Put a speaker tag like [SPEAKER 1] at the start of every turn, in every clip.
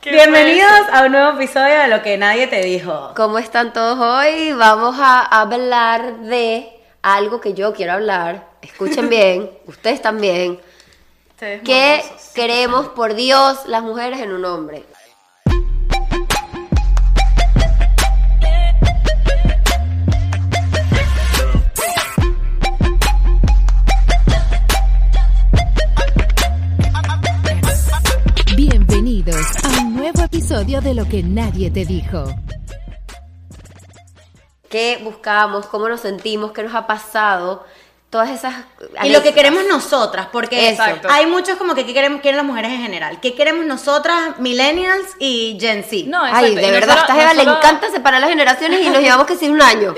[SPEAKER 1] Qué Bienvenidos mal. a un nuevo episodio de Lo que nadie te dijo.
[SPEAKER 2] ¿Cómo están todos hoy? Vamos a hablar de algo que yo quiero hablar. Escuchen bien, ustedes también.
[SPEAKER 1] Ustedes
[SPEAKER 2] que
[SPEAKER 1] morosos.
[SPEAKER 2] queremos por Dios las mujeres en un hombre.
[SPEAKER 3] Bienvenidos a un nuevo episodio de Lo que nadie te dijo.
[SPEAKER 2] ¿Qué buscamos? ¿Cómo nos sentimos? ¿Qué nos ha pasado? Todas esas...
[SPEAKER 1] Y lo que queremos nosotras, porque
[SPEAKER 2] Eso. Exacto.
[SPEAKER 1] hay muchos como que ¿qué queremos, quieren las mujeres en general. ¿Qué queremos nosotras, millennials y Gen Z?
[SPEAKER 4] No, exacto.
[SPEAKER 2] Ay,
[SPEAKER 4] Y
[SPEAKER 2] de
[SPEAKER 4] no
[SPEAKER 2] verdad,
[SPEAKER 4] solo-
[SPEAKER 2] a esta Eva
[SPEAKER 4] no
[SPEAKER 2] le
[SPEAKER 4] solo-
[SPEAKER 2] encanta separar las generaciones y nos llevamos que sin un año.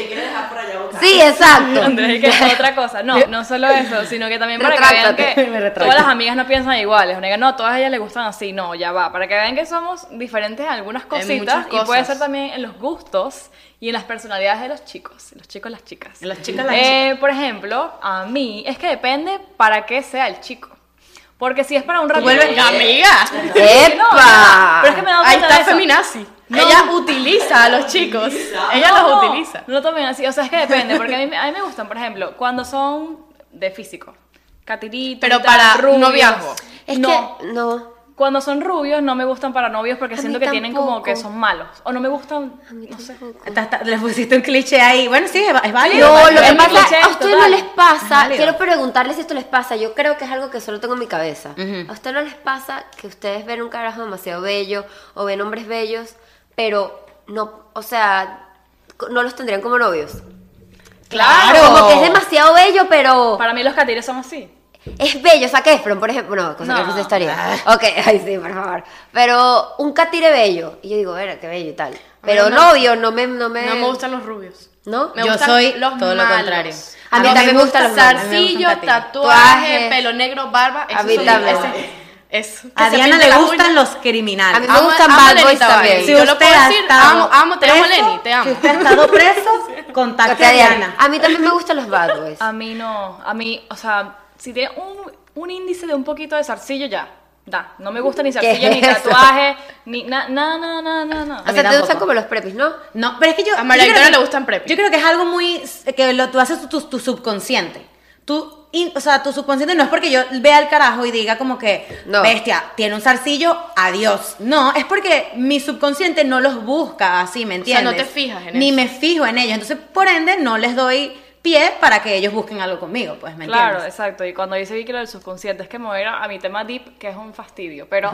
[SPEAKER 2] Sí, exacto.
[SPEAKER 4] Andrés, que es otra cosa. No, no solo eso, sino que también para que vean
[SPEAKER 2] Retráctate.
[SPEAKER 1] Me
[SPEAKER 4] que
[SPEAKER 1] retracto.
[SPEAKER 4] todas las amigas no piensan iguales. Una diga, no, todas ellas les gustan así. No, ya va. Para que vean que somos diferentes en algunas
[SPEAKER 1] muchas
[SPEAKER 4] cositas. y puede
[SPEAKER 1] cosas.
[SPEAKER 4] ser también en los gustos y en las personalidades de los chicos. Los chicos, las chicas.
[SPEAKER 1] Las chicas, las
[SPEAKER 4] Eh, Por ejemplo, a mí es que depende para qué sea el chico. Porque si es para un ratito.
[SPEAKER 1] vuelves amiga.
[SPEAKER 4] No, no,
[SPEAKER 1] Ah.
[SPEAKER 2] ¡Epa!
[SPEAKER 4] pero es que me he dado
[SPEAKER 5] Ahí
[SPEAKER 4] cuenta de
[SPEAKER 5] está
[SPEAKER 4] eso.
[SPEAKER 5] feminazi.
[SPEAKER 4] No.
[SPEAKER 5] Ella utiliza a los chicos. Ella
[SPEAKER 4] No,
[SPEAKER 5] los
[SPEAKER 4] no,
[SPEAKER 5] utiliza.
[SPEAKER 4] No lo tomen así, o sea, es que depende, porque a mí, me- a mí me gustan, por ejemplo, cuando son de físico, catirito,
[SPEAKER 5] Pero
[SPEAKER 4] y tal,
[SPEAKER 5] para
[SPEAKER 4] rubios.
[SPEAKER 5] noviazgo.
[SPEAKER 2] Es
[SPEAKER 4] no,
[SPEAKER 2] que... No.
[SPEAKER 4] cuando son rubios no me gustan para novios porque
[SPEAKER 2] A
[SPEAKER 4] siento
[SPEAKER 2] mí
[SPEAKER 4] que tienen como
[SPEAKER 2] tampoco.
[SPEAKER 4] que son malos, o no me gustan, no sé.
[SPEAKER 1] Ta- ta- Le pusiste un cliché ahí. Bueno, sí, es, va- es válido.
[SPEAKER 2] No,
[SPEAKER 1] es
[SPEAKER 2] lo
[SPEAKER 1] válido.
[SPEAKER 2] que
[SPEAKER 4] válido.
[SPEAKER 2] pasa,
[SPEAKER 4] Cliché,
[SPEAKER 2] a ustedes no
[SPEAKER 4] total.
[SPEAKER 2] les pasa,
[SPEAKER 1] válido.
[SPEAKER 2] quiero preguntarles si esto les pasa, yo creo que es algo que solo tengo en mi cabeza. A ustedes no les pasa que ustedes ven un carajo demasiado bello o ven hombres bellos, pero no, o sea, co- no los tendrían como novios.
[SPEAKER 5] Claro.
[SPEAKER 2] Como que es demasiado bello, pero
[SPEAKER 4] Para mí los catiros son así.
[SPEAKER 2] es bello, o sea, que Efron, por ejemplo, no, cosa
[SPEAKER 4] No.
[SPEAKER 2] que Efron se estaría. Ok, ay sí, por favor. Pero un catire bello, y yo digo, "Era qué bello y tal." Pero novio no me no me
[SPEAKER 5] No me gustan los rubios.
[SPEAKER 2] ¿No?
[SPEAKER 5] Me
[SPEAKER 1] Yo
[SPEAKER 5] gustan
[SPEAKER 1] soy
[SPEAKER 5] los
[SPEAKER 1] todo lo
[SPEAKER 5] malos.
[SPEAKER 1] contrario.
[SPEAKER 2] A mí
[SPEAKER 5] No,
[SPEAKER 2] también me
[SPEAKER 5] me
[SPEAKER 2] gustan
[SPEAKER 5] gusta
[SPEAKER 2] los malos.
[SPEAKER 5] zarcillo,
[SPEAKER 1] A mí me gustan
[SPEAKER 5] tatuaje,
[SPEAKER 2] Tatuajes.
[SPEAKER 5] pelo negro, barba.
[SPEAKER 2] A
[SPEAKER 5] esos
[SPEAKER 2] mí
[SPEAKER 5] son-
[SPEAKER 2] también.
[SPEAKER 5] ese- Eso.
[SPEAKER 1] A
[SPEAKER 5] Que se
[SPEAKER 1] Diana
[SPEAKER 5] pinten
[SPEAKER 1] le
[SPEAKER 5] las
[SPEAKER 1] gustan
[SPEAKER 5] uñas.
[SPEAKER 1] los criminales.
[SPEAKER 2] A mí me
[SPEAKER 5] Amo-
[SPEAKER 2] gustan
[SPEAKER 5] amo a
[SPEAKER 2] bad boys
[SPEAKER 5] Lenita
[SPEAKER 2] también.
[SPEAKER 5] Valle.
[SPEAKER 2] Si
[SPEAKER 5] Yo lo
[SPEAKER 1] usted
[SPEAKER 5] puedo
[SPEAKER 1] ha
[SPEAKER 5] decir.
[SPEAKER 1] estado
[SPEAKER 5] Amo, amo, te amo
[SPEAKER 1] preso,
[SPEAKER 5] Lenny, te
[SPEAKER 1] Si
[SPEAKER 5] amo.
[SPEAKER 1] usted ha estado preso, contacte
[SPEAKER 2] Coquea
[SPEAKER 1] a
[SPEAKER 2] Diana.
[SPEAKER 1] Diana. Ah,
[SPEAKER 2] A mí también me gustan los bad boys.
[SPEAKER 4] A mí no, a mí, o sea, si tiene un, un índice de un poquito de zarcillo ya, da, no me gusta ni zarcillo,
[SPEAKER 2] es
[SPEAKER 4] ni
[SPEAKER 2] eso?
[SPEAKER 4] tatuaje, ni nada, nada, nada, nada, nada.
[SPEAKER 2] O
[SPEAKER 1] mí
[SPEAKER 2] sea, te gustan
[SPEAKER 1] tampoco.
[SPEAKER 2] como los prepis, ¿no?
[SPEAKER 1] No, pero es que yo.
[SPEAKER 5] A María
[SPEAKER 1] yo creo
[SPEAKER 5] Victoria
[SPEAKER 1] que-
[SPEAKER 5] le gustan preppy.
[SPEAKER 1] Yo creo que es algo muy. eh, que lo, tú haces tu, tu subconsciente. Tú, in- o sea, tu subconsciente no es porque yo vea el carajo y diga como que,
[SPEAKER 2] No.
[SPEAKER 1] bestia, tiene un zarcillo, adiós. No, es porque mi subconsciente no los busca así, ¿me
[SPEAKER 5] sea,
[SPEAKER 1] entiendes?
[SPEAKER 5] no te fijas en
[SPEAKER 1] Ni
[SPEAKER 5] eso.
[SPEAKER 1] me fijo en ellos. Entonces, por ende, no les doy pie para que ellos busquen algo conmigo, pues, ¿me entiendes?
[SPEAKER 4] Claro, exacto. Y cuando dice Vicky lo del subconsciente, es que me voy a ir a, a mi tema deep, que es un fastidio. Pero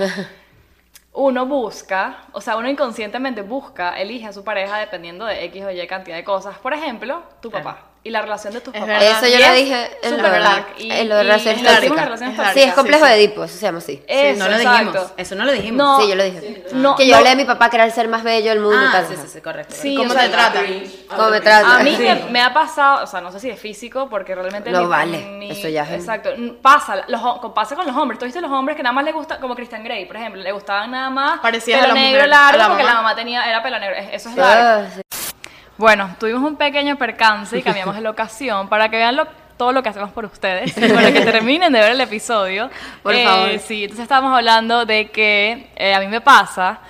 [SPEAKER 4] uno busca, o sea, uno inconscientemente busca, elige a su pareja dependiendo de X o Y cantidad de cosas. Por ejemplo, tu papá y la relación de tus
[SPEAKER 5] Es
[SPEAKER 4] papás.
[SPEAKER 5] verdad.
[SPEAKER 2] Eso yo
[SPEAKER 4] Y
[SPEAKER 2] lo
[SPEAKER 4] es
[SPEAKER 2] dije en lo,
[SPEAKER 4] súper dark.
[SPEAKER 2] de-
[SPEAKER 4] Y-
[SPEAKER 2] en lo de
[SPEAKER 4] y-
[SPEAKER 2] relaciones
[SPEAKER 4] y lo decimos en
[SPEAKER 2] tóxicas.
[SPEAKER 4] relaciones
[SPEAKER 5] tóxicas.
[SPEAKER 2] Sí, es complejo
[SPEAKER 5] Sí,
[SPEAKER 2] de
[SPEAKER 5] sí.
[SPEAKER 2] Edipo, eso se llama así.
[SPEAKER 1] Sí,
[SPEAKER 4] Eso,
[SPEAKER 1] no lo
[SPEAKER 4] exacto.
[SPEAKER 1] dijimos. Eso no lo dijimos.
[SPEAKER 4] No.
[SPEAKER 2] Sí, yo lo dije.
[SPEAKER 4] No,
[SPEAKER 2] que yo
[SPEAKER 4] no.
[SPEAKER 2] hablé de mi papá que era el ser más bello del mundo y
[SPEAKER 1] Ah,
[SPEAKER 2] tal.
[SPEAKER 1] sí, sí, sí, correcto.
[SPEAKER 4] Sí,
[SPEAKER 5] ¿Cómo
[SPEAKER 4] o sea,
[SPEAKER 5] se trata?
[SPEAKER 2] Como me trata.
[SPEAKER 4] A mí
[SPEAKER 1] Sí.
[SPEAKER 4] me, me ha pasado, o sea, no sé si es físico, porque realmente.
[SPEAKER 2] No vale, eso ya es-
[SPEAKER 4] Exacto. n- Pasa, los, hom- con- pasa con los hombres. Tú viste los hombres que nada más le gusta, como Christian Grey, por ejemplo, le gustaban nada más.
[SPEAKER 5] Parecía
[SPEAKER 4] pelo
[SPEAKER 5] a la
[SPEAKER 4] negro
[SPEAKER 5] mujer,
[SPEAKER 4] largo,
[SPEAKER 5] a la
[SPEAKER 4] porque
[SPEAKER 5] mamá.
[SPEAKER 4] la mamá tenía, era pelo negro. Es- Eso es largo.
[SPEAKER 2] Ah, sí.
[SPEAKER 4] Bueno, tuvimos un pequeño percance y cambiamos de locación para que vean lo- todo lo que hacemos por ustedes, para que terminen de ver el episodio.
[SPEAKER 2] Por
[SPEAKER 4] Eh,
[SPEAKER 2] favor.
[SPEAKER 4] Sí, entonces estábamos hablando de que eh, a mí me pasa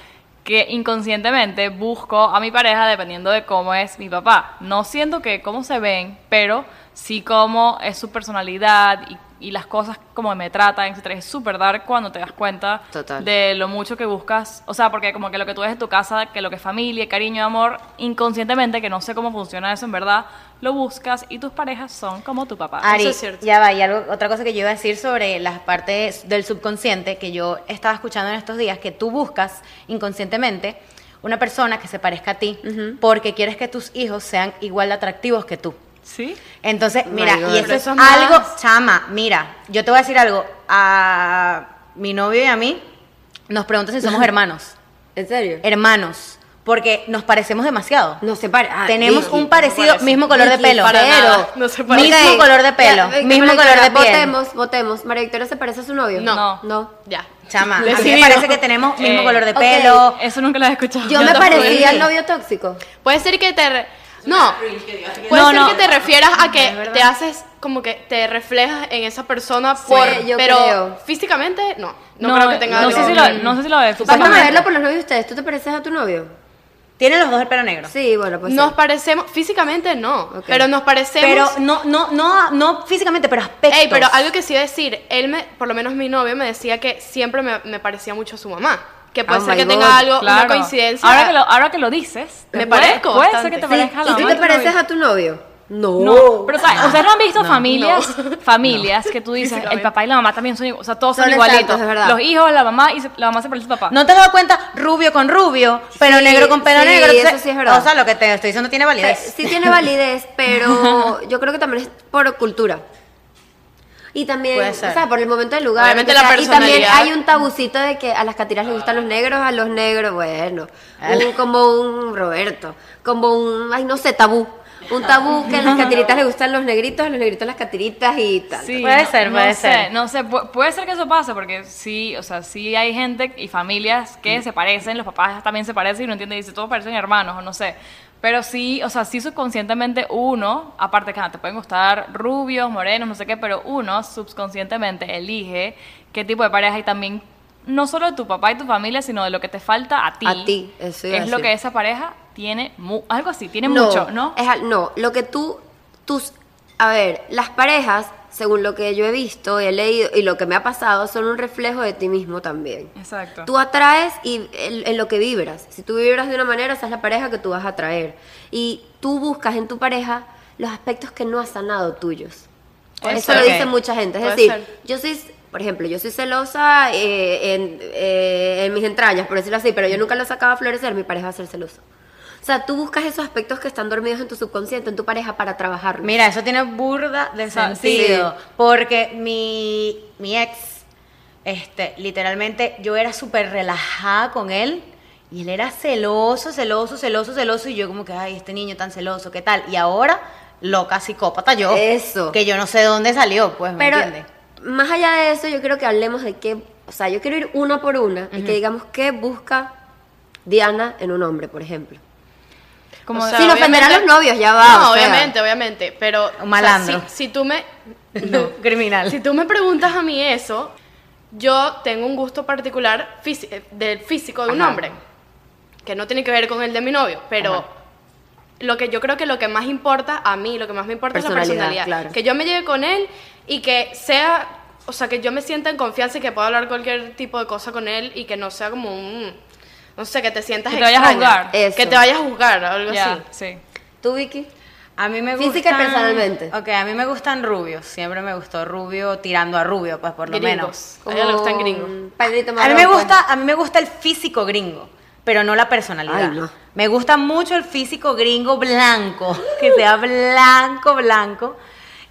[SPEAKER 4] que inconscientemente busco a mi pareja dependiendo de cómo es mi papá. No siento que cómo se ven, pero sí cómo es su personalidad y, y las cosas como me tratan, etcétera. Es súper dar cuando te das cuenta
[SPEAKER 2] Total.
[SPEAKER 4] de de lo mucho que buscas, o sea, porque como que lo que tú ves en tu casa, que lo que es familia, cariño, amor, inconscientemente, que no sé cómo funciona eso en verdad, lo buscas y tus parejas son como tu papá.
[SPEAKER 1] Ari,
[SPEAKER 4] Eso es cierto.
[SPEAKER 1] ya va, y algo, otra cosa que yo iba a decir sobre las partes del subconsciente que yo estaba escuchando en estos días, que tú buscas inconscientemente una persona que se parezca a ti porque quieres que tus hijos sean igual de atractivos que tú.
[SPEAKER 4] ¿Sí?
[SPEAKER 1] Entonces, mira,
[SPEAKER 2] God.
[SPEAKER 1] y eso
[SPEAKER 2] Pero
[SPEAKER 1] es
[SPEAKER 5] eso es más.
[SPEAKER 1] algo, chama, mira, yo te voy a decir algo, a mi novio y a mí nos preguntan si somos hermanos,
[SPEAKER 2] ¿En serio?
[SPEAKER 1] hermanos, porque nos parecemos demasiado.
[SPEAKER 2] No se para. Ah,
[SPEAKER 1] Tenemos
[SPEAKER 2] Vicky.
[SPEAKER 1] un parecido,
[SPEAKER 5] parece.
[SPEAKER 1] mismo color de
[SPEAKER 2] Vicky,
[SPEAKER 1] pelo.
[SPEAKER 5] para
[SPEAKER 1] Cero.
[SPEAKER 5] nada. No se parece.
[SPEAKER 1] Mismo
[SPEAKER 2] Ok.
[SPEAKER 1] color de pelo,
[SPEAKER 2] Ya, eh,
[SPEAKER 1] mismo
[SPEAKER 2] María
[SPEAKER 1] color de
[SPEAKER 2] Victoria,
[SPEAKER 1] piel.
[SPEAKER 2] Votemos, votemos. María Victoria se parece a su novio.
[SPEAKER 5] No.
[SPEAKER 4] No.
[SPEAKER 2] No.
[SPEAKER 5] Ya.
[SPEAKER 1] Chama, a mí me
[SPEAKER 5] Decidido.
[SPEAKER 1] parece que tenemos mismo
[SPEAKER 4] Eh,
[SPEAKER 1] color de
[SPEAKER 2] ok.
[SPEAKER 1] pelo.
[SPEAKER 4] Eso nunca lo he escuchado.
[SPEAKER 2] Yo, me
[SPEAKER 5] tampoco.
[SPEAKER 2] parecía al novio tóxico.
[SPEAKER 5] Puede ser que te... re- No. Puede
[SPEAKER 4] No,
[SPEAKER 5] ser
[SPEAKER 4] no.
[SPEAKER 5] que te refieras a que te haces como que te reflejas en esa persona por,
[SPEAKER 2] yo
[SPEAKER 5] pero
[SPEAKER 2] creo.
[SPEAKER 5] físicamente no, no, creo que tenga
[SPEAKER 4] no
[SPEAKER 5] algo.
[SPEAKER 4] sé si lo, no sé si lo ves.
[SPEAKER 2] Vamos a verlo por los novios de ustedes. ¿Tú te pareces a tu novio?
[SPEAKER 1] Tienen los dos el pelo negro.
[SPEAKER 2] Sí, bueno, pues.
[SPEAKER 5] Nos
[SPEAKER 2] sí.
[SPEAKER 5] parecemos, físicamente no,
[SPEAKER 2] Ok.
[SPEAKER 5] pero nos parecemos.
[SPEAKER 1] Pero no, no, no, no físicamente, pero aspectos.
[SPEAKER 5] Ey, pero algo que sí iba a decir, él me, por lo menos mi novio me decía que siempre me, me parecía mucho a su mamá. Que puede
[SPEAKER 2] Oh
[SPEAKER 5] ser
[SPEAKER 2] my
[SPEAKER 5] que
[SPEAKER 2] God,
[SPEAKER 5] tenga algo, una
[SPEAKER 4] Claro.
[SPEAKER 5] coincidencia.
[SPEAKER 4] Ahora que lo, ahora que lo dices,
[SPEAKER 5] Me
[SPEAKER 4] puede-
[SPEAKER 5] parezco
[SPEAKER 4] Puede ser
[SPEAKER 5] bastante.
[SPEAKER 4] que te
[SPEAKER 5] Sí,
[SPEAKER 4] parezca a la
[SPEAKER 2] ¿Y tú
[SPEAKER 4] mamá
[SPEAKER 2] te
[SPEAKER 4] de tu novio.
[SPEAKER 2] pareces a tu novio? No.
[SPEAKER 4] No, pero o sea, ustedes no han visto familias, familias que tú dices, el
[SPEAKER 5] Físicamente.
[SPEAKER 4] papá y la mamá también son, igu- o sea, todos son,
[SPEAKER 2] Son exactos,
[SPEAKER 4] igualitos.
[SPEAKER 2] es verdad.
[SPEAKER 4] Los hijos, la mamá y se- la mamá se parece al papá.
[SPEAKER 1] ¿No te has dado cuenta? Rubio con rubio, pelo
[SPEAKER 2] Sí,
[SPEAKER 1] negro con pelo
[SPEAKER 2] sí,
[SPEAKER 1] negro.
[SPEAKER 2] eso
[SPEAKER 1] Entonces,
[SPEAKER 2] sí es verdad.
[SPEAKER 1] O sea, lo que te estoy diciendo tiene
[SPEAKER 2] Pe-
[SPEAKER 1] validez.
[SPEAKER 2] Sí tiene validez, pero yo creo que también es por cultura. Y también,
[SPEAKER 1] Puede
[SPEAKER 2] o
[SPEAKER 1] ser.
[SPEAKER 2] sea, por el momento del lugar.
[SPEAKER 5] Obviamente
[SPEAKER 2] o sea,
[SPEAKER 5] la
[SPEAKER 2] Y
[SPEAKER 5] personalidad.
[SPEAKER 2] también hay un tabucito de que a las catiras les gustan los negros, a los negros, bueno,
[SPEAKER 1] Al-
[SPEAKER 2] un- como un Roberto, como un, ay, no sé, tabú. Un tabú que a las catiritas les gustan los negritos, a los negritos las catiritas y tal.
[SPEAKER 4] Sí,
[SPEAKER 1] Puede
[SPEAKER 4] no-
[SPEAKER 1] ser,
[SPEAKER 4] no
[SPEAKER 1] puede
[SPEAKER 4] sé,
[SPEAKER 1] ser.
[SPEAKER 4] No sé, pu- puede ser que eso pase porque sí, o sea, sí hay gente y familias que
[SPEAKER 2] Mm.
[SPEAKER 4] se parecen, los papás también se parecen y uno entiende, dice, todos parecen hermanos o no sé. Pero sí, o sea, sí subconscientemente uno, aparte que ah, te pueden gustar rubios, morenos, no sé qué, pero uno subconscientemente elige qué tipo de pareja y también no solo de tu papá y tu familia, sino de lo que te falta a ti.
[SPEAKER 2] A ti, eso iba a
[SPEAKER 4] Es lo
[SPEAKER 2] decir.
[SPEAKER 4] que esa pareja tiene, mu- algo así, tiene mucho, ¿no?
[SPEAKER 2] es al- no, lo que tú, tus, a ver, las parejas, según lo que yo he visto, he leído y lo que me ha pasado, son un reflejo de ti mismo también.
[SPEAKER 4] Exacto.
[SPEAKER 2] Tú atraes y en, en lo que vibras. Si tú vibras de una manera, esa es la pareja que tú vas a atraer. Y tú buscas en tu pareja los aspectos que no has sanado tuyos.
[SPEAKER 4] Puede
[SPEAKER 2] Eso
[SPEAKER 4] ser.
[SPEAKER 2] lo
[SPEAKER 1] Ok.
[SPEAKER 2] dice mucha gente. Es
[SPEAKER 5] Puede
[SPEAKER 2] decir,
[SPEAKER 5] ser.
[SPEAKER 2] yo soy, por ejemplo, yo soy celosa eh, en, eh, en mis entrañas, por decirlo así, pero yo nunca lo sacaba a florecer, mi pareja va a ser celosa. O sea, tú buscas esos aspectos que están dormidos en tu subconsciente, en tu pareja, para trabajarlos.
[SPEAKER 1] Mira, eso tiene burda de
[SPEAKER 4] sea,
[SPEAKER 1] sentido. Porque mi, mi ex, este, literalmente, yo era súper relajada con él. Y él era celoso, celoso, celoso, celoso. Y yo como que, ay, este niño tan celoso, ¿qué tal? Y ahora, loca psicópata yo.
[SPEAKER 2] Eso.
[SPEAKER 1] Que yo no sé de dónde salió, pues, ¿me
[SPEAKER 2] Pero
[SPEAKER 1] entiendes?
[SPEAKER 2] más allá de eso, yo creo que hablemos de qué, o sea, yo quiero ir una por una y que digamos qué busca Diana en un hombre, por ejemplo.
[SPEAKER 4] Como
[SPEAKER 5] O sea,
[SPEAKER 2] Sin ofender a los
[SPEAKER 5] obviamente-
[SPEAKER 2] novios, ya va. o
[SPEAKER 5] No,
[SPEAKER 2] sea.
[SPEAKER 5] obviamente, obviamente, pero... o sea,
[SPEAKER 1] malandro.
[SPEAKER 5] si, si tú me,
[SPEAKER 1] No, criminal.
[SPEAKER 5] si tú me preguntas a mí eso, yo tengo un gusto particular fisi- eh, del físico de un
[SPEAKER 1] Ajá.
[SPEAKER 5] hombre, que no tiene que ver con el de mi novio, pero... Lo que yo creo que lo que más importa a mí, lo que más me importa es la
[SPEAKER 2] Personalidad,
[SPEAKER 5] personalidad.
[SPEAKER 2] claro.
[SPEAKER 5] Que yo me lleve con él y que sea, o sea, que yo me sienta en confianza y que pueda hablar cualquier tipo de cosa con él y que no sea como un, no sé, que te sientas
[SPEAKER 4] Que te vaya a
[SPEAKER 5] extraña.
[SPEAKER 4] juzgar.
[SPEAKER 2] Eso.
[SPEAKER 5] Que te vayas a juzgar, algo
[SPEAKER 4] Ya,
[SPEAKER 5] así.
[SPEAKER 4] sí.
[SPEAKER 2] ¿Tú, Vicky?
[SPEAKER 1] A mí me
[SPEAKER 2] Física y
[SPEAKER 1] gustan...
[SPEAKER 2] personalmente.
[SPEAKER 1] Ok, a mí me gustan rubios. Siempre me gustó rubio tirando a rubio, pues, por lo menos.
[SPEAKER 5] Gringos. A ella le gustan gringos.
[SPEAKER 2] Pedrito
[SPEAKER 1] A mí me
[SPEAKER 2] Marrón,
[SPEAKER 1] gusta, a mí me gusta el físico gringo, pero no la personalidad.
[SPEAKER 2] Ay, no.
[SPEAKER 1] Me gusta mucho el físico gringo blanco, que sea blanco, blanco.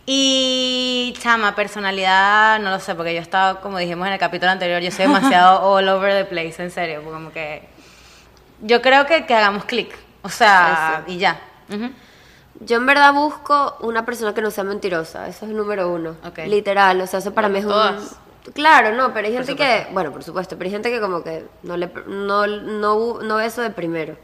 [SPEAKER 1] Y chama, personalidad, no lo sé, porque yo estaba, como dijimos en el capítulo anterior, yo soy demasiado all over the place, en serio, porque como que yo creo que, que hagamos clic, o sea, y ya. Ujú.
[SPEAKER 2] pues. Yo en verdad busco una persona que no sea mentirosa, eso es el número uno.
[SPEAKER 1] Ok.
[SPEAKER 2] Literal, o sea, eso para mí es un...
[SPEAKER 5] todas.
[SPEAKER 2] Claro, no, pero hay gente que, bueno, por supuesto, pero hay gente que como que no le no, no, no ve eso de primero.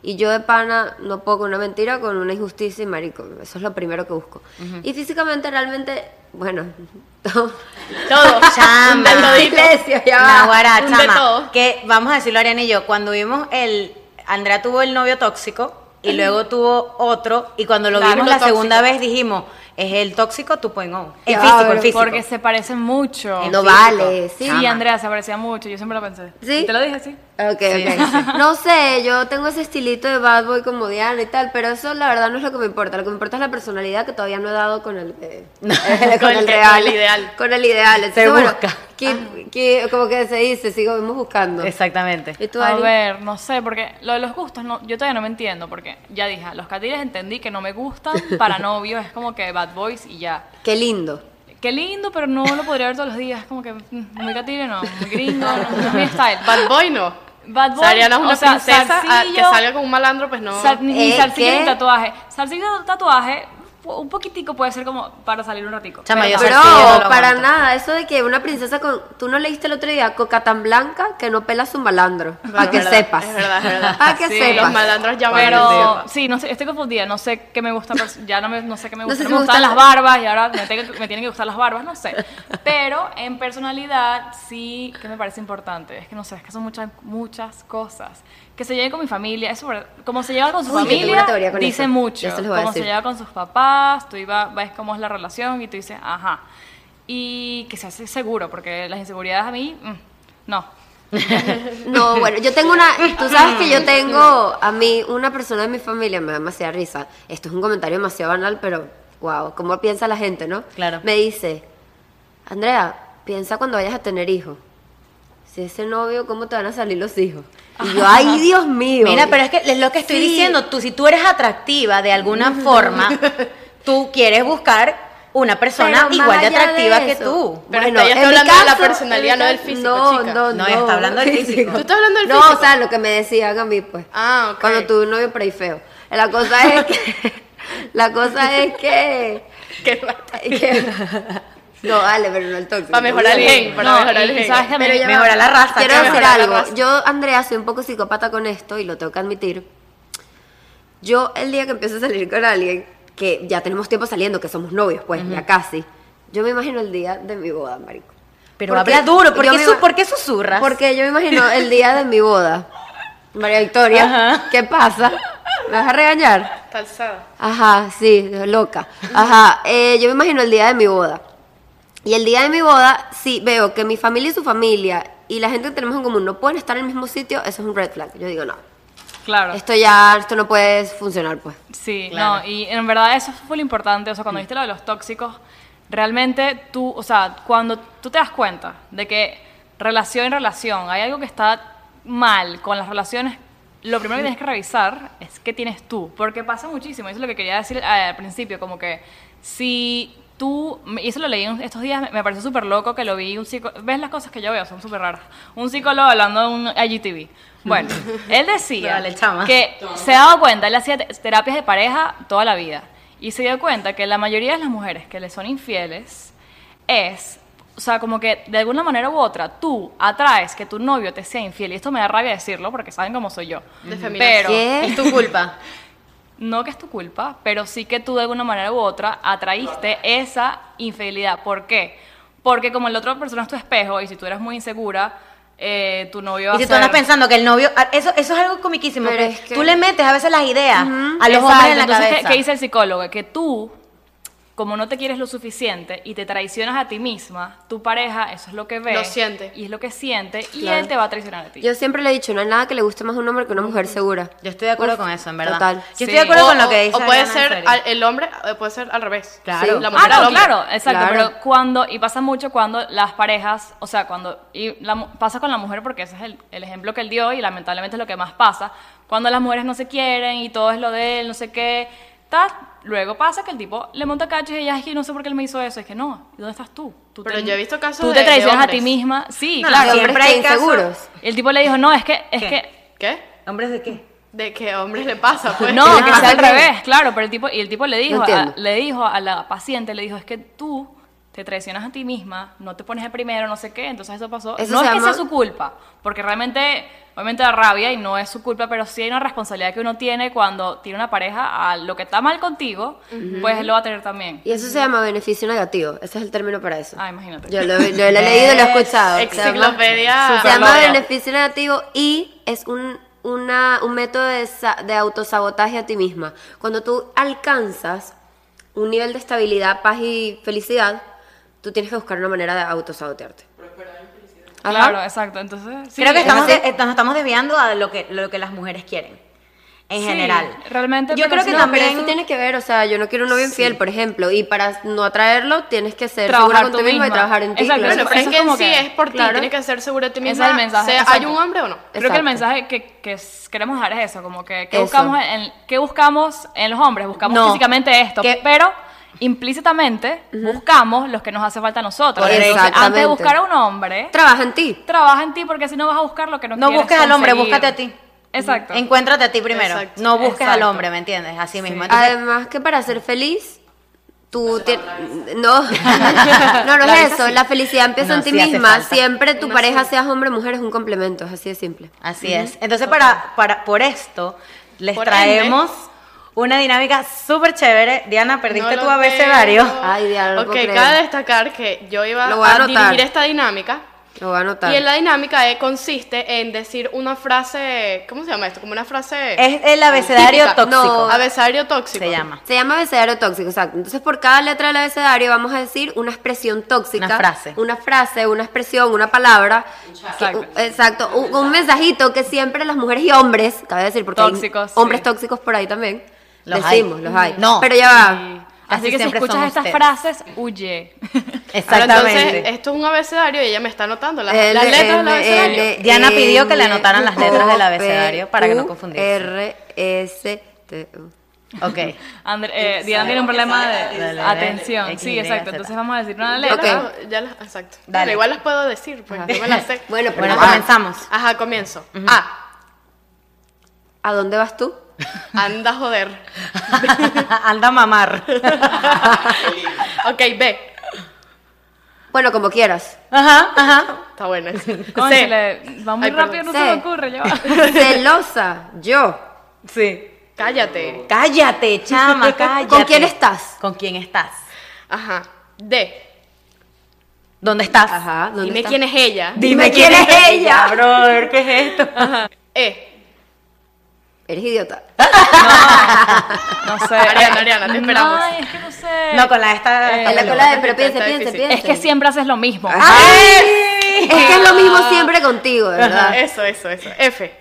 [SPEAKER 2] Y yo de pana no puedo con una mentira, con una injusticia y marico, eso es lo primero que busco. Y físicamente realmente, bueno,
[SPEAKER 5] Todo.
[SPEAKER 1] Chama.
[SPEAKER 5] Un todito.
[SPEAKER 2] Iglesia, ya va.
[SPEAKER 1] Naguará,
[SPEAKER 5] Un de
[SPEAKER 1] chama.
[SPEAKER 5] todo.
[SPEAKER 1] Que vamos a decirlo, Ariana y yo, cuando vimos el. Andrea tuvo el novio tóxico y luego tuvo otro. Y cuando lo
[SPEAKER 5] Claro,
[SPEAKER 1] vimos
[SPEAKER 5] lo
[SPEAKER 1] la
[SPEAKER 5] tóxico.
[SPEAKER 1] segunda vez dijimos, es el tóxico tu pongo. El
[SPEAKER 2] Ya,
[SPEAKER 1] físico, el
[SPEAKER 2] pero
[SPEAKER 1] físico.
[SPEAKER 4] Porque se parecen mucho.
[SPEAKER 1] El
[SPEAKER 2] no
[SPEAKER 1] físico.
[SPEAKER 2] vale, sí.
[SPEAKER 4] Sí,
[SPEAKER 1] Chama.
[SPEAKER 4] Andrea se parecía mucho, yo siempre lo pensé.
[SPEAKER 2] ¿Sí?
[SPEAKER 4] Te lo dije, sí.
[SPEAKER 2] Ok, ok. No sé, yo tengo ese estilito de bad boy como Diana y tal, pero eso la verdad no es lo que me importa. Lo que me importa es la personalidad que todavía no he dado con el, eh, eh,
[SPEAKER 5] Con el- con el ideal.
[SPEAKER 2] Con el ideal. Entonces,
[SPEAKER 1] Se
[SPEAKER 2] bueno,
[SPEAKER 1] busca.
[SPEAKER 2] que- que- como que se dice, sigamos buscando.
[SPEAKER 1] Exactamente.
[SPEAKER 2] ¿Y tú,
[SPEAKER 4] A
[SPEAKER 2] Ari?
[SPEAKER 4] ver, no sé, porque lo de los gustos, no, yo todavía no me entiendo, porque ya dije, a los catires entendí que no me gustan para novios, es como que bad boys y ya.
[SPEAKER 2] Qué lindo.
[SPEAKER 4] Qué lindo, pero no lo podría ver todos los días, es como que mm, muy catire, no, muy gringo, no, no es mi style.
[SPEAKER 5] Bad boy no.
[SPEAKER 4] Bad
[SPEAKER 5] O
[SPEAKER 4] boy,
[SPEAKER 5] sea, Ariana es
[SPEAKER 4] o
[SPEAKER 5] una
[SPEAKER 4] sea,
[SPEAKER 5] princesa ah, que
[SPEAKER 4] zarcillo.
[SPEAKER 5] salga con un malandro, pues no.
[SPEAKER 4] Sal- ni
[SPEAKER 2] Eh,
[SPEAKER 4] salsilla
[SPEAKER 2] ¿qué?
[SPEAKER 4] ni tatuaje. Salsilla tatuaje, un poquitico puede ser como para salir un ratico.
[SPEAKER 1] Chama,
[SPEAKER 4] Pero
[SPEAKER 1] yo
[SPEAKER 4] no.
[SPEAKER 1] sé- sí, yo
[SPEAKER 2] Bro,
[SPEAKER 1] lo
[SPEAKER 2] para
[SPEAKER 1] aguanto.
[SPEAKER 2] nada. Eso de que una princesa con. Tú no leíste el otro día, coca tan blanca que no pelas un malandro. Para que
[SPEAKER 5] verdad,
[SPEAKER 2] sepas.
[SPEAKER 5] es verdad, es verdad.
[SPEAKER 2] Para que
[SPEAKER 4] Sí,
[SPEAKER 5] Los
[SPEAKER 2] sepas.
[SPEAKER 5] malandros ya
[SPEAKER 4] Pero sí, no sé, estoy confundida, no sé qué me gusta, pers- ya no, me- no sé qué me
[SPEAKER 2] No
[SPEAKER 4] gusta,
[SPEAKER 2] sé
[SPEAKER 4] no,
[SPEAKER 2] si
[SPEAKER 4] me
[SPEAKER 2] me
[SPEAKER 4] gustan las
[SPEAKER 2] gustan-
[SPEAKER 4] barbas y ahora me, tengo que- me tienen que gustar las barbas, no sé. Pero en personalidad sí que me parece importante, es que no sé, es que son muchas muchas cosas. Que se lleven con mi familia, eso, por- como se lleva con su
[SPEAKER 2] Uy, yo tengo una
[SPEAKER 4] familia,
[SPEAKER 2] teoría con
[SPEAKER 4] dice
[SPEAKER 2] eso.
[SPEAKER 4] mucho.
[SPEAKER 2] Ya se los voy a
[SPEAKER 4] Como se
[SPEAKER 2] decir.
[SPEAKER 4] lleva con sus papás, tú iba, ves cómo es la relación y tú dices, ajá. Y que se hace seguro, porque las inseguridades a mí, mm, no.
[SPEAKER 2] No, bueno, yo tengo una. Tú sabes que yo tengo. A mí, una persona de mi familia me da demasiada risa. Esto es un comentario demasiado banal, pero. Wow, ¿cómo piensa la gente, no?
[SPEAKER 1] Claro.
[SPEAKER 2] Me dice. Andrea, piensa cuando vayas a tener hijos. Si ese novio, ¿cómo te van a salir los hijos? Y yo, ay, Dios mío.
[SPEAKER 1] Mira, pero es que es lo que estoy
[SPEAKER 2] Sí.
[SPEAKER 1] diciendo. Tú, si tú eres atractiva de alguna forma, tú quieres buscar una persona
[SPEAKER 2] Pero
[SPEAKER 1] igual de
[SPEAKER 2] más allá
[SPEAKER 1] atractiva
[SPEAKER 2] de
[SPEAKER 1] que
[SPEAKER 2] eso.
[SPEAKER 1] tú.
[SPEAKER 5] Pero
[SPEAKER 2] Bueno,
[SPEAKER 5] ella está
[SPEAKER 2] en mi
[SPEAKER 5] hablando de la
[SPEAKER 2] caso,
[SPEAKER 5] personalidad,
[SPEAKER 2] en mi
[SPEAKER 5] no del
[SPEAKER 2] caso-
[SPEAKER 5] físico,
[SPEAKER 2] no,
[SPEAKER 5] chica.
[SPEAKER 2] No,
[SPEAKER 1] No, ella está hablando del físico.
[SPEAKER 5] Tú estás hablando del
[SPEAKER 2] no,
[SPEAKER 5] físico.
[SPEAKER 2] o sea, lo que me decían a mí, pues.
[SPEAKER 5] Ah, ok.
[SPEAKER 2] Cuando tuve un novio por ahí feo. La cosa es que... la cosa es que... que- no, vale, pero no el tóxico.
[SPEAKER 5] Para mejorar el
[SPEAKER 2] bien.
[SPEAKER 5] gen, para
[SPEAKER 4] No,
[SPEAKER 5] mejorar
[SPEAKER 4] y-
[SPEAKER 5] el
[SPEAKER 4] y
[SPEAKER 5] gen.
[SPEAKER 4] sabes que a mí
[SPEAKER 1] Pero
[SPEAKER 4] me-
[SPEAKER 1] ya va. Mejora la raza,
[SPEAKER 2] Quiero
[SPEAKER 1] chama.
[SPEAKER 2] decir
[SPEAKER 5] Mejorar la
[SPEAKER 2] algo.
[SPEAKER 5] raza.
[SPEAKER 2] Yo, Andrea, soy un poco psicópata con esto y lo tengo que admitir. Yo, el día que empiezo a salir con alguien, que ya tenemos tiempo saliendo, que somos novios, pues, ya casi. Yo me imagino el día de mi boda, marico.
[SPEAKER 1] Pero
[SPEAKER 2] Porque
[SPEAKER 1] habla duro, ¿por
[SPEAKER 2] yo
[SPEAKER 1] qué,
[SPEAKER 2] me
[SPEAKER 1] su-
[SPEAKER 2] ima-
[SPEAKER 1] por qué susurras?
[SPEAKER 2] Porque yo me imagino el día de mi boda. María Victoria,
[SPEAKER 1] Ajá.
[SPEAKER 2] ¿qué pasa? ¿Me vas a regañar?
[SPEAKER 5] Está alzada.
[SPEAKER 2] Ajá, sí, loca. Ajá, eh, yo me imagino el día de mi boda. Y el día de mi boda, si veo que mi familia y su familia y la gente que tenemos en común no pueden estar en el mismo sitio, eso es un red flag. Yo digo, no,
[SPEAKER 4] Claro.
[SPEAKER 2] esto ya, esto no puede funcionar, pues.
[SPEAKER 4] Sí,
[SPEAKER 1] Claro.
[SPEAKER 4] no, y en verdad eso fue lo importante, o sea, cuando viste lo de los tóxicos, realmente tú, o sea, cuando tú te das cuenta de que relación en relación hay algo que está mal con las relaciones, lo primero que tienes que revisar es qué tienes tú, porque pasa muchísimo, eso es lo que quería decir eh, al principio, como que si tú, y eso lo leí en estos días, me- me pareció súper loco que lo vi, un psico, ves las cosas que yo veo, son súper raras, un psicólogo hablando de un IGTV. Bueno, él decía
[SPEAKER 1] Dale, chama.
[SPEAKER 4] que Eh, se ha dado cuenta, él hacía te- terapias de pareja toda la vida. Y se dio cuenta que la mayoría de las mujeres que le son infieles es, o sea, como que de alguna manera u otra, tú atraes que tu novio te sea infiel. Y esto me da rabia decirlo porque saben cómo soy yo.
[SPEAKER 5] De feminazi.
[SPEAKER 4] Pero
[SPEAKER 2] ¿Qué?
[SPEAKER 1] es tu culpa.
[SPEAKER 4] no que es tu culpa, pero sí que tú de alguna manera u otra atraíste esa infidelidad. ¿Por qué? Porque como la otra persona es tu espejo y si tú eres muy insegura, eh, tu novio va
[SPEAKER 1] Y
[SPEAKER 4] a
[SPEAKER 1] si tú andas
[SPEAKER 4] ser-
[SPEAKER 1] pensando que el novio. ah, Eso, eso es algo comiquísimo.
[SPEAKER 2] Pero
[SPEAKER 1] que
[SPEAKER 2] es que-
[SPEAKER 1] Tú le metes a veces las ideas a los
[SPEAKER 4] Exacto,
[SPEAKER 1] hombres en la
[SPEAKER 4] entonces, ¿qué-
[SPEAKER 1] cabeza.
[SPEAKER 4] ¿qué, dice el psicólogo? Que tú, como no te quieres lo suficiente y te traicionas a ti misma, tu pareja, eso es lo que ve.
[SPEAKER 5] Lo siente.
[SPEAKER 4] Y es lo que siente, y
[SPEAKER 2] Claro.
[SPEAKER 4] él te va a traicionar a ti.
[SPEAKER 2] Yo siempre le he dicho, no hay nada que le guste más a un hombre que una mujer segura.
[SPEAKER 1] Yo estoy de acuerdo
[SPEAKER 2] Uf,
[SPEAKER 1] con eso, en verdad.
[SPEAKER 2] Total.
[SPEAKER 1] Yo estoy
[SPEAKER 4] Sí.
[SPEAKER 1] de acuerdo
[SPEAKER 5] O,
[SPEAKER 1] con lo
[SPEAKER 5] o-
[SPEAKER 1] que dice.
[SPEAKER 5] o puede
[SPEAKER 1] Adriana, en
[SPEAKER 5] ser
[SPEAKER 1] serio.
[SPEAKER 5] al- el hombre, eh, puede ser al revés.
[SPEAKER 1] Claro.
[SPEAKER 5] La mujer
[SPEAKER 4] Ah,
[SPEAKER 5] al
[SPEAKER 4] no,
[SPEAKER 5] hombre.
[SPEAKER 4] claro, exacto,
[SPEAKER 2] Claro.
[SPEAKER 4] pero cuando, y pasa mucho cuando las parejas, o sea, cuando, y la mu- pasa con la mujer porque ese es el, el ejemplo que él dio y lamentablemente es lo que más pasa, cuando las mujeres no se quieren y todo es lo de él, no sé qué, tal, luego pasa que el tipo le monta cachos y ella, es que no sé por qué él me hizo eso, es que no, ¿y ¿dónde estás tú? Tú
[SPEAKER 5] Pero yo he visto casos
[SPEAKER 4] Tú
[SPEAKER 5] de-
[SPEAKER 4] te
[SPEAKER 5] de
[SPEAKER 4] traicionas a
[SPEAKER 5] hombres.
[SPEAKER 4] ti misma, sí,
[SPEAKER 1] No,
[SPEAKER 4] claro.
[SPEAKER 2] Hay hombres
[SPEAKER 1] Siempre hay
[SPEAKER 2] que inseguros.
[SPEAKER 1] casos-
[SPEAKER 4] El tipo le dijo, no, es que, es
[SPEAKER 1] ¿Qué?
[SPEAKER 4] que
[SPEAKER 5] ¿Qué?
[SPEAKER 1] ¿Hombres de qué?
[SPEAKER 5] ¿De qué hombre le pasa? Pues?
[SPEAKER 4] No,
[SPEAKER 2] Tiene
[SPEAKER 4] que
[SPEAKER 2] que
[SPEAKER 4] sea al
[SPEAKER 2] pasar bien.
[SPEAKER 4] revés, claro, pero el tipo, y el tipo le dijo,
[SPEAKER 2] No
[SPEAKER 4] a,
[SPEAKER 2] entiendo.
[SPEAKER 4] le dijo a la paciente, le dijo, es que tú te traicionas a ti misma, no te pones el primero, no sé qué, entonces eso pasó.
[SPEAKER 2] Eso
[SPEAKER 4] no
[SPEAKER 2] se
[SPEAKER 4] es que sea
[SPEAKER 2] llama-
[SPEAKER 4] su culpa, porque realmente, obviamente da rabia y no es su culpa, pero sí hay una responsabilidad que uno tiene cuando tiene una pareja, a lo que está mal contigo, pues él lo va a tener también.
[SPEAKER 2] Y eso se llama beneficio negativo. Ese es el término para eso.
[SPEAKER 4] Ah, imagínate.
[SPEAKER 2] Yo lo, yo lo he leído y lo he escuchado. Se llama-
[SPEAKER 5] Enciclopedia.
[SPEAKER 2] Se
[SPEAKER 4] Super
[SPEAKER 2] llama
[SPEAKER 4] loca.
[SPEAKER 2] beneficio negativo y es un, una- un método de, sa- de autosabotaje a ti misma. Cuando tú alcanzas un nivel de estabilidad, paz y felicidad, tú tienes que buscar una manera de autosabotearte. Ajá.
[SPEAKER 4] Claro, exacto, entonces... sí,
[SPEAKER 1] Creo que
[SPEAKER 4] es
[SPEAKER 1] estamos,
[SPEAKER 4] así.
[SPEAKER 1] de- eh, nos estamos desviando a lo que, lo que las mujeres quieren. En
[SPEAKER 4] Sí,
[SPEAKER 1] general.
[SPEAKER 4] realmente,
[SPEAKER 1] Yo
[SPEAKER 4] pero
[SPEAKER 1] creo
[SPEAKER 4] sí,
[SPEAKER 1] que
[SPEAKER 2] No,
[SPEAKER 1] también.
[SPEAKER 2] pero eso tiene que ver, o sea, yo no quiero un novio infiel, por ejemplo, y para no atraerlo tienes que ser
[SPEAKER 4] Trabajar
[SPEAKER 2] segura
[SPEAKER 4] tú
[SPEAKER 2] contigo misma y
[SPEAKER 4] misma.
[SPEAKER 2] trabajar en ti.
[SPEAKER 4] Exacto,
[SPEAKER 2] claro.
[SPEAKER 5] Bueno,
[SPEAKER 4] Eso
[SPEAKER 5] pero es
[SPEAKER 4] es
[SPEAKER 5] que en
[SPEAKER 4] como
[SPEAKER 5] sí
[SPEAKER 4] que-
[SPEAKER 5] es por ti.
[SPEAKER 2] claro.
[SPEAKER 5] Tienes que ser segura de ti
[SPEAKER 4] Ese es
[SPEAKER 5] misma.
[SPEAKER 4] el mensaje,
[SPEAKER 5] sea hay
[SPEAKER 4] exacto.
[SPEAKER 5] un hombre o no.
[SPEAKER 4] Creo que el
[SPEAKER 2] Exacto.
[SPEAKER 4] mensaje que, que s- queremos dejar es eso, como que ¿qué
[SPEAKER 2] Eso.
[SPEAKER 4] buscamos, en, qué buscamos en los hombres? Buscamos
[SPEAKER 1] No.
[SPEAKER 4] físicamente esto,
[SPEAKER 1] Que-
[SPEAKER 4] pero implícitamente buscamos los que nos hace falta a nosotros.
[SPEAKER 1] Correcto.
[SPEAKER 4] Entonces, antes de
[SPEAKER 2] Exactamente.
[SPEAKER 4] buscar a un hombre,
[SPEAKER 2] Trabaja en ti.
[SPEAKER 4] trabaja en ti porque si no vas a buscar lo que no,
[SPEAKER 1] No
[SPEAKER 4] quieres
[SPEAKER 1] busques al hombre,
[SPEAKER 4] conseguir.
[SPEAKER 1] búscate a ti.
[SPEAKER 4] Exacto.
[SPEAKER 1] Encuéntrate a ti primero.
[SPEAKER 5] Exacto.
[SPEAKER 1] No busques al
[SPEAKER 4] Exacto.
[SPEAKER 1] hombre, ¿me entiendes? Así mismo. Entonces,
[SPEAKER 2] Además que para ser feliz Tú te- no, no, no es eso. La felicidad empieza
[SPEAKER 1] No,
[SPEAKER 2] en ti
[SPEAKER 1] sí hace
[SPEAKER 2] misma.
[SPEAKER 1] falta.
[SPEAKER 2] Siempre tu pareja, seas hombre o mujer, es un complemento. Es así de simple.
[SPEAKER 1] Así es. Entonces, para, para, por esto, les
[SPEAKER 5] Por
[SPEAKER 1] traemos una dinámica súper chévere. Diana, perdiste
[SPEAKER 5] No
[SPEAKER 1] tu
[SPEAKER 5] lo
[SPEAKER 1] abecedario.
[SPEAKER 5] veo.
[SPEAKER 2] Ay, Diana, no
[SPEAKER 5] Ok,
[SPEAKER 2] puedo
[SPEAKER 5] cabe
[SPEAKER 2] creer.
[SPEAKER 5] destacar que yo iba
[SPEAKER 2] Lo voy a
[SPEAKER 5] a,
[SPEAKER 2] anotar.
[SPEAKER 5] dirigir esta dinámica.
[SPEAKER 2] Lo voy a anotar.
[SPEAKER 5] Y en la dinámica eh, consiste en decir una frase, ¿cómo se llama esto? Como una frase
[SPEAKER 1] Es el abecedario
[SPEAKER 5] Típica.
[SPEAKER 1] tóxico.
[SPEAKER 2] No,
[SPEAKER 5] avesario tóxico.
[SPEAKER 1] se llama.
[SPEAKER 2] Se llama abecedario tóxico, exacto. Entonces, por cada letra del abecedario vamos a decir una expresión tóxica.
[SPEAKER 1] Una frase.
[SPEAKER 2] Una frase, una expresión, una palabra. que- un- exacto. un, un mensajito que siempre las mujeres y hombres, cabe decir, porque
[SPEAKER 4] Tóxicos,
[SPEAKER 2] hay hombres
[SPEAKER 4] sí.
[SPEAKER 2] tóxicos por ahí también.
[SPEAKER 1] Los hay.
[SPEAKER 2] Decimos, los hay.
[SPEAKER 1] No.
[SPEAKER 2] Pero ya va.
[SPEAKER 1] Así
[SPEAKER 4] Así que si
[SPEAKER 1] siempre
[SPEAKER 4] escuchas
[SPEAKER 1] somos
[SPEAKER 4] estas
[SPEAKER 1] ustedes. eh,
[SPEAKER 4] frases, huye.
[SPEAKER 5] Ahora,
[SPEAKER 1] Exactamente.
[SPEAKER 5] entonces, esto es un abecedario y ella me está anotando las,
[SPEAKER 2] L,
[SPEAKER 5] las letras del
[SPEAKER 2] M,
[SPEAKER 5] abecedario.
[SPEAKER 2] L,
[SPEAKER 1] E, Diana pidió que le anotaran las
[SPEAKER 2] M,
[SPEAKER 1] letras del
[SPEAKER 2] O,
[SPEAKER 1] abecedario para que no
[SPEAKER 2] P, Q,
[SPEAKER 1] confundirse.
[SPEAKER 2] R, S, T, U.
[SPEAKER 1] ok.
[SPEAKER 4] Andr- eh, Diana tiene un problema
[SPEAKER 1] Dale,
[SPEAKER 4] de
[SPEAKER 1] dale.
[SPEAKER 4] atención.
[SPEAKER 1] X, Y,
[SPEAKER 4] Sí, exacto.
[SPEAKER 1] Z.
[SPEAKER 4] Entonces vamos a decir una
[SPEAKER 5] Ya
[SPEAKER 4] letra.
[SPEAKER 2] Ok.
[SPEAKER 5] las- ah, ya las- exacto.
[SPEAKER 1] Dale.
[SPEAKER 5] Pero igual las puedo decir, porque yo me las sé.
[SPEAKER 2] Bueno, pero
[SPEAKER 1] Bueno,
[SPEAKER 2] ah,
[SPEAKER 1] comenzamos.
[SPEAKER 5] Ajá, comienzo. Ah,
[SPEAKER 2] ¿A dónde vas tú?
[SPEAKER 5] anda a joder.
[SPEAKER 1] Anda a mamar.
[SPEAKER 5] ok, B.
[SPEAKER 2] Bueno, como quieras.
[SPEAKER 1] Ajá, ajá.
[SPEAKER 5] Está buena. esa. C.
[SPEAKER 4] Cónchale, va muy
[SPEAKER 5] Ay, perdón.
[SPEAKER 4] rápido, no
[SPEAKER 2] Sí.
[SPEAKER 4] se me ocurre. Ya va.
[SPEAKER 2] Celosa, yo.
[SPEAKER 1] Sí.
[SPEAKER 5] Cállate.
[SPEAKER 1] Cállate, chama, cállate.
[SPEAKER 2] ¿Con quién estás?
[SPEAKER 1] ¿Con quién estás?
[SPEAKER 5] Ajá. D.
[SPEAKER 1] ¿Dónde estás?
[SPEAKER 2] Ajá, ¿dónde
[SPEAKER 5] Dime
[SPEAKER 2] estás?
[SPEAKER 5] quién es ella.
[SPEAKER 1] Dime quién es ella. Brother, ¿qué es esto?
[SPEAKER 5] E.
[SPEAKER 2] Eres idiota.
[SPEAKER 4] No sé.
[SPEAKER 5] Ariana, Ariana, te esperamos.
[SPEAKER 4] Ay, es que no sé.
[SPEAKER 1] No, con la de esta.
[SPEAKER 4] Eh,
[SPEAKER 1] esta
[SPEAKER 2] En la
[SPEAKER 1] pelota.
[SPEAKER 2] cola de, pero
[SPEAKER 5] está-
[SPEAKER 2] piensa,
[SPEAKER 5] está
[SPEAKER 2] piensa,
[SPEAKER 5] difícil.
[SPEAKER 2] piensa.
[SPEAKER 4] Es que siempre haces lo mismo.
[SPEAKER 2] Ah,
[SPEAKER 1] ¡Ay!
[SPEAKER 2] Es que es lo mismo siempre contigo, de
[SPEAKER 5] Ah.
[SPEAKER 1] Ah.
[SPEAKER 5] Ajá,
[SPEAKER 2] ¿verdad?
[SPEAKER 5] Eso, eso, eso. F.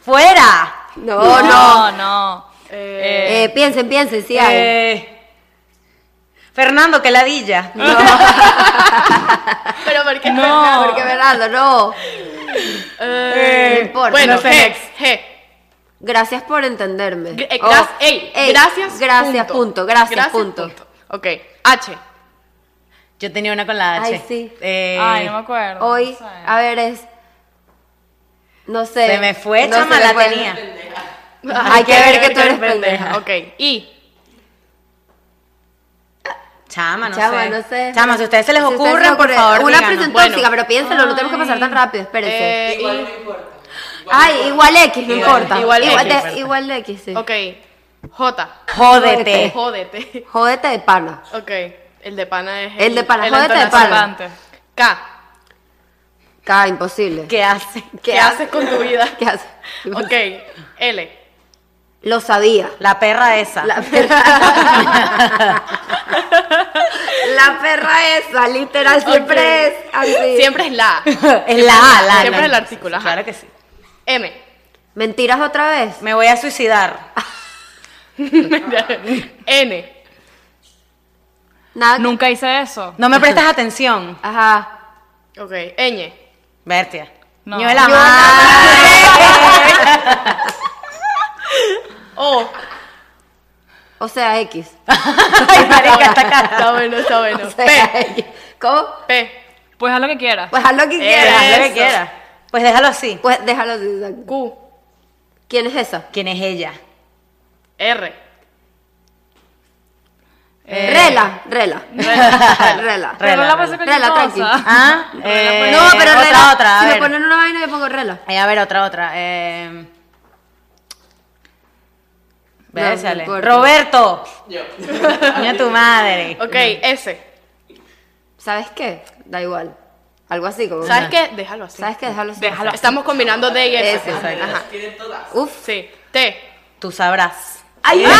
[SPEAKER 1] ¡Fuera!
[SPEAKER 2] No, no.
[SPEAKER 4] no. no.
[SPEAKER 5] Eh,
[SPEAKER 2] Eh, piensen, piensen, sí hay.
[SPEAKER 1] Eh, Fernando, que ladilla.
[SPEAKER 5] Pero porque
[SPEAKER 4] No.
[SPEAKER 2] Porque, Fernando, no.
[SPEAKER 1] Eh,
[SPEAKER 2] no importa.
[SPEAKER 5] Bueno,
[SPEAKER 1] no sé,
[SPEAKER 5] G.
[SPEAKER 1] next.
[SPEAKER 5] G.
[SPEAKER 2] Gracias por entenderme.
[SPEAKER 5] G- eh,
[SPEAKER 2] Oh,
[SPEAKER 5] gra- ey,
[SPEAKER 2] ey,
[SPEAKER 5] gracias.
[SPEAKER 2] Gracias, punto. Gracias, punto.
[SPEAKER 5] Ok. H.
[SPEAKER 1] Yo tenía una con la H.
[SPEAKER 2] Ay, sí.
[SPEAKER 1] Eh,
[SPEAKER 4] Ay, no me acuerdo.
[SPEAKER 2] Hoy,
[SPEAKER 4] no sé.
[SPEAKER 2] a ver, es. No sé.
[SPEAKER 1] Se me fue,
[SPEAKER 2] No
[SPEAKER 1] chama,
[SPEAKER 2] se me
[SPEAKER 1] la
[SPEAKER 2] fue.
[SPEAKER 1] tenía.
[SPEAKER 2] Hay que ver que tú eres pendeja.
[SPEAKER 5] Ok. I.
[SPEAKER 1] Chama, no
[SPEAKER 2] Chama,
[SPEAKER 1] sé.
[SPEAKER 2] no sé.
[SPEAKER 1] Chama, si a ustedes se les
[SPEAKER 2] Si ustedes
[SPEAKER 1] ocurren,
[SPEAKER 2] se
[SPEAKER 1] por
[SPEAKER 2] ocurre-
[SPEAKER 1] favor,
[SPEAKER 2] Una
[SPEAKER 1] díganos.
[SPEAKER 2] presión
[SPEAKER 5] Bueno. Ah.
[SPEAKER 2] tóxica, pero piénselo, no tenemos que pasar tan rápido, espérense.
[SPEAKER 5] Eh, I.
[SPEAKER 2] Ay, igual X, no
[SPEAKER 5] Igual-
[SPEAKER 2] importa.
[SPEAKER 5] igual X,
[SPEAKER 2] de- igual de X, sí.
[SPEAKER 5] Ok. J.
[SPEAKER 2] Eh.
[SPEAKER 1] Jódete.
[SPEAKER 5] Jódete.
[SPEAKER 2] Jódete de pana.
[SPEAKER 5] Ok. El de pana es.
[SPEAKER 2] El de pana,
[SPEAKER 5] el
[SPEAKER 2] jódete de
[SPEAKER 5] entonación.
[SPEAKER 2] pana.
[SPEAKER 4] Antes.
[SPEAKER 5] K.
[SPEAKER 2] K, imposible.
[SPEAKER 1] ¿Qué hace?
[SPEAKER 5] ¿Qué haces con tu vida?
[SPEAKER 2] ¿Qué haces?
[SPEAKER 5] Ok. L.
[SPEAKER 2] Lo sabía.
[SPEAKER 1] La perra esa.
[SPEAKER 2] La perra. la perra esa, literal, siempre
[SPEAKER 5] Ok.
[SPEAKER 2] es así.
[SPEAKER 5] Siempre es la.
[SPEAKER 1] es la A, la A,
[SPEAKER 5] Siempre
[SPEAKER 1] la-
[SPEAKER 5] el artículo, ajá.
[SPEAKER 1] Claro que sí.
[SPEAKER 5] M.
[SPEAKER 2] Mentiras otra vez.
[SPEAKER 1] Me voy a suicidar.
[SPEAKER 5] N.
[SPEAKER 2] Nada. que-
[SPEAKER 4] Nunca hice eso.
[SPEAKER 1] No me prestas atención.
[SPEAKER 2] Ajá.
[SPEAKER 5] Ok. Ñ.
[SPEAKER 1] Bertia.
[SPEAKER 4] No.
[SPEAKER 1] Yo la
[SPEAKER 4] Yo
[SPEAKER 1] madre.
[SPEAKER 5] O.
[SPEAKER 2] O sea, X.
[SPEAKER 1] Ay, marica, esta
[SPEAKER 5] Está
[SPEAKER 1] cara.
[SPEAKER 5] bueno, está bueno.
[SPEAKER 2] O sea,
[SPEAKER 5] P.
[SPEAKER 2] X. ¿Cómo?
[SPEAKER 5] P.
[SPEAKER 4] Pues haz lo que quieras.
[SPEAKER 2] Pues haz lo que
[SPEAKER 1] Haz
[SPEAKER 2] quieras.
[SPEAKER 1] lo que
[SPEAKER 5] Eso.
[SPEAKER 1] quieras. Pues déjalo así.
[SPEAKER 2] Pues déjalo así. exacto.
[SPEAKER 5] Q.
[SPEAKER 2] ¿Quién es esa?
[SPEAKER 1] ¿Quién es ella?
[SPEAKER 5] R.
[SPEAKER 4] Eh,
[SPEAKER 2] Rela, rela. Rela. rela.
[SPEAKER 4] Pero no la
[SPEAKER 1] Rela,
[SPEAKER 4] puedes
[SPEAKER 2] rela.
[SPEAKER 4] hacer cualquier
[SPEAKER 2] Rela,
[SPEAKER 4] cosa.
[SPEAKER 1] Ah, eh,
[SPEAKER 2] no, pero
[SPEAKER 1] otra,
[SPEAKER 2] rela.
[SPEAKER 1] otra. A
[SPEAKER 2] si
[SPEAKER 1] ver.
[SPEAKER 2] me ponen una vaina, yo pongo rela.
[SPEAKER 1] Ay, a ver, otra, otra. Eh... ve,
[SPEAKER 2] No, no
[SPEAKER 1] sale.
[SPEAKER 2] importa.
[SPEAKER 1] Roberto. Coño, tu madre.
[SPEAKER 5] Ok. S.
[SPEAKER 2] ¿Sabes qué? Da igual. Algo así como.
[SPEAKER 5] ¿Sabes qué? Déjalo así.
[SPEAKER 2] ¿Sabes qué? Déjalo así.
[SPEAKER 5] Estamos combinando D y S.
[SPEAKER 2] S, exacto.
[SPEAKER 5] Ajá.
[SPEAKER 2] Uf.
[SPEAKER 5] Sí. T.
[SPEAKER 1] Tú sabrás.
[SPEAKER 5] Ay, el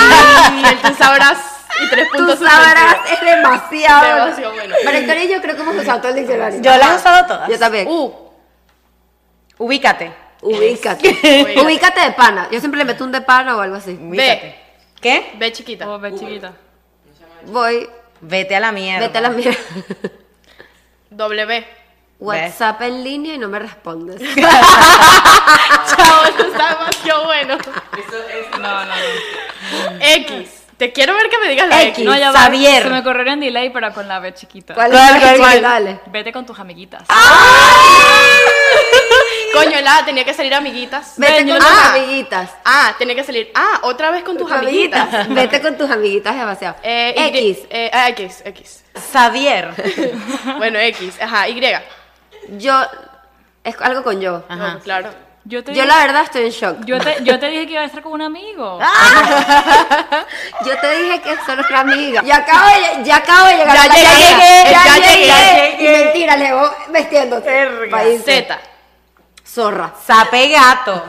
[SPEAKER 5] tú sabrás y tres
[SPEAKER 2] Tú
[SPEAKER 5] puntos
[SPEAKER 2] sabrás, es demasiado.
[SPEAKER 5] Demasiado bueno.
[SPEAKER 2] María y yo creo que hemos usado todo el diccionario.
[SPEAKER 1] Yo las he usado todas. Uh,
[SPEAKER 2] Yo también.
[SPEAKER 5] U.
[SPEAKER 1] Ubícate.
[SPEAKER 2] Ubícate. Ubícate de pana. Yo siempre le meto un de pana o algo así.
[SPEAKER 1] Ubícate. ¿Qué?
[SPEAKER 5] B
[SPEAKER 2] Ah,
[SPEAKER 5] chiquita.
[SPEAKER 4] O ve chiquita.
[SPEAKER 2] Voy,
[SPEAKER 1] Vete a la mierda.
[SPEAKER 2] vete a la mierda.
[SPEAKER 5] W.
[SPEAKER 2] WhatsApp en línea y no me respondes.
[SPEAKER 5] Chao, esto está demasiado bueno.
[SPEAKER 4] No, no, no.
[SPEAKER 5] X. Te quiero ver que me digas la
[SPEAKER 2] X.
[SPEAKER 5] X.
[SPEAKER 4] No, ya va,
[SPEAKER 2] Xavier.
[SPEAKER 4] Se me corrió en delay, pero con la B chiquita.
[SPEAKER 2] ¿Cuál Ah,
[SPEAKER 5] ¿Cuál,
[SPEAKER 2] es?
[SPEAKER 5] cuál, cuál?
[SPEAKER 2] Dale.
[SPEAKER 4] Vete con tus amiguitas.
[SPEAKER 5] Coño, la tenía que salir amiguitas.
[SPEAKER 2] Vete
[SPEAKER 5] Ven,
[SPEAKER 2] con
[SPEAKER 5] yo
[SPEAKER 2] tus
[SPEAKER 5] no- Ah,
[SPEAKER 2] amiguitas.
[SPEAKER 5] Ah, tenía que salir. Ah, otra vez con tus amiguitas.
[SPEAKER 2] Vete con tus amiguitas demasiado.
[SPEAKER 5] Eh, y-
[SPEAKER 2] X.
[SPEAKER 5] eh, ah, X, X.
[SPEAKER 1] Xavier.
[SPEAKER 5] Bueno, X. Ajá, Y.
[SPEAKER 2] Yo. Es algo con yo.
[SPEAKER 1] Ajá.
[SPEAKER 5] No, claro.
[SPEAKER 4] Yo te,
[SPEAKER 2] Yo
[SPEAKER 4] dije-
[SPEAKER 2] la Ah, verdad estoy en shock.
[SPEAKER 4] yo, te, yo te dije que iba a estar con un amigo.
[SPEAKER 2] Yo te dije que solo era amiga. Ya acabo de, lle- ya acabo de llegar.
[SPEAKER 5] Ya
[SPEAKER 2] Ya
[SPEAKER 5] llegué,
[SPEAKER 2] llegué,
[SPEAKER 5] ya
[SPEAKER 2] ya llegué.
[SPEAKER 5] llegué,
[SPEAKER 2] Y mentira, le voy vestiéndote. País.
[SPEAKER 5] Z.
[SPEAKER 2] Zorra.
[SPEAKER 1] Sape gato.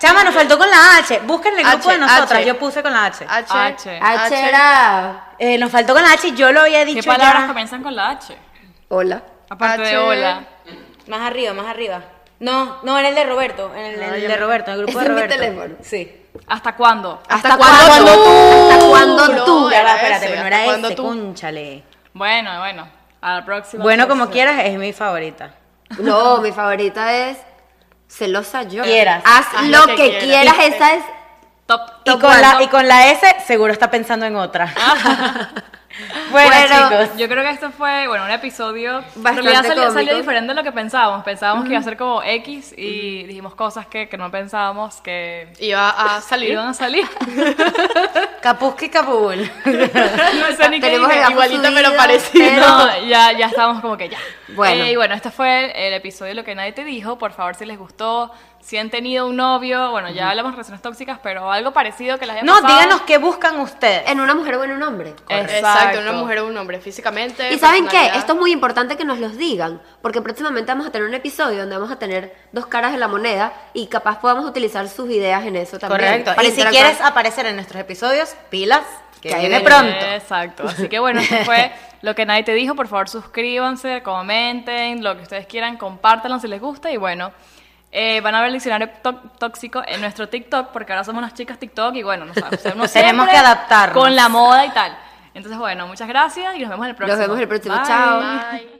[SPEAKER 1] Chama, nos faltó con la H. Busquen el grupo
[SPEAKER 5] H,
[SPEAKER 1] de nosotras.
[SPEAKER 5] H. Ah.
[SPEAKER 1] Yo puse con la H.
[SPEAKER 5] H.
[SPEAKER 4] H.
[SPEAKER 2] H era.
[SPEAKER 1] Eh, nos faltó con la H. Yo lo había dicho
[SPEAKER 4] ¿Qué palabras
[SPEAKER 1] ya.
[SPEAKER 4] comienzan con la H?
[SPEAKER 2] Hola.
[SPEAKER 4] Aparte
[SPEAKER 5] H.
[SPEAKER 4] de hola.
[SPEAKER 1] Más arriba, más arriba. No, no, en el de Roberto. En el, en el de Roberto, en el grupo
[SPEAKER 2] Ese
[SPEAKER 1] de
[SPEAKER 2] es mi
[SPEAKER 1] Roberto.
[SPEAKER 2] teléfono.
[SPEAKER 1] Sí.
[SPEAKER 4] ¿Hasta cuándo?
[SPEAKER 2] ¿Hasta cuándo tú? ¿Hasta cuándo tú?
[SPEAKER 5] No,
[SPEAKER 1] Ya va,
[SPEAKER 5] era
[SPEAKER 1] espérate,
[SPEAKER 5] ese,
[SPEAKER 1] pero no
[SPEAKER 5] ¿hasta
[SPEAKER 1] era
[SPEAKER 5] cuándo
[SPEAKER 1] ese,
[SPEAKER 5] tú?
[SPEAKER 1] cónchale.
[SPEAKER 4] Bueno, bueno. A la próxima. pues,
[SPEAKER 1] Bueno, como
[SPEAKER 4] próxima.
[SPEAKER 1] quieras, es mi favorita.
[SPEAKER 2] No, mi favorita es. Celosa yo.
[SPEAKER 1] Quieras.
[SPEAKER 2] Haz, lo, que, quieras.
[SPEAKER 5] quieras.
[SPEAKER 2] Esa es.
[SPEAKER 4] Top.
[SPEAKER 1] Y
[SPEAKER 2] Top
[SPEAKER 1] con, la,
[SPEAKER 2] one.
[SPEAKER 1] y con la S, seguro está pensando en otra.
[SPEAKER 5] Ah,
[SPEAKER 1] bueno,
[SPEAKER 2] Bueno,
[SPEAKER 1] chicos.
[SPEAKER 4] Yo creo que esto fue, bueno, un episodio.
[SPEAKER 2] Bastante
[SPEAKER 4] en realidad salió,
[SPEAKER 2] cómico.
[SPEAKER 4] salió diferente de lo que pensábamos. Pensábamos que iba a ser como X y dijimos cosas que, que no pensábamos que
[SPEAKER 5] Iba a salir.
[SPEAKER 4] iban a salir.
[SPEAKER 1] Capusca y Capul.
[SPEAKER 4] no sé ni qué
[SPEAKER 2] Tenemos
[SPEAKER 4] dije.
[SPEAKER 2] el
[SPEAKER 5] igualita,
[SPEAKER 2] subido,
[SPEAKER 5] pero parecida.
[SPEAKER 2] pero-
[SPEAKER 4] No, ya, ya estábamos como que ya.
[SPEAKER 2] Bueno.
[SPEAKER 4] Eh, y bueno, este fue el episodio Lo que nadie te dijo. Por favor, si les gustó, si han tenido un novio, bueno, ya hablamos de relaciones tóxicas, pero algo parecido que las haya
[SPEAKER 1] No,
[SPEAKER 4] pasado.
[SPEAKER 1] díganos qué buscan ustedes.
[SPEAKER 2] En una mujer o en un hombre.
[SPEAKER 5] Exacto.
[SPEAKER 4] Exacto.
[SPEAKER 5] una mujer o un hombre, físicamente.
[SPEAKER 2] Y
[SPEAKER 1] pues,
[SPEAKER 2] saben qué,
[SPEAKER 5] personalidad.
[SPEAKER 2] esto es muy importante que nos los digan, porque próximamente vamos a tener un episodio donde vamos a tener dos caras de la moneda y capaz podamos utilizar sus ideas en eso también.
[SPEAKER 1] Correcto.
[SPEAKER 2] para
[SPEAKER 1] Y si
[SPEAKER 2] interactuar.
[SPEAKER 1] quieres aparecer en nuestros episodios, pilas, que
[SPEAKER 2] Que ahí
[SPEAKER 1] viene
[SPEAKER 2] viene.
[SPEAKER 1] pronto.
[SPEAKER 4] Exacto. Así que bueno, esto fue lo que nadie te dijo. Por favor, suscríbanse, comenten, lo que ustedes quieran, compártanlo si les gusta. Y bueno, eh, van a ver el diccionario tó- tóxico en nuestro TikTok, porque ahora somos unas chicas TikTok y bueno, nos
[SPEAKER 1] Tenemos que adaptarnos.
[SPEAKER 4] Con la moda y tal. Entonces, bueno, muchas gracias y nos vemos en el próximo.
[SPEAKER 2] Nos vemos el próximo.
[SPEAKER 4] Bye.
[SPEAKER 2] Chao.
[SPEAKER 5] Bye.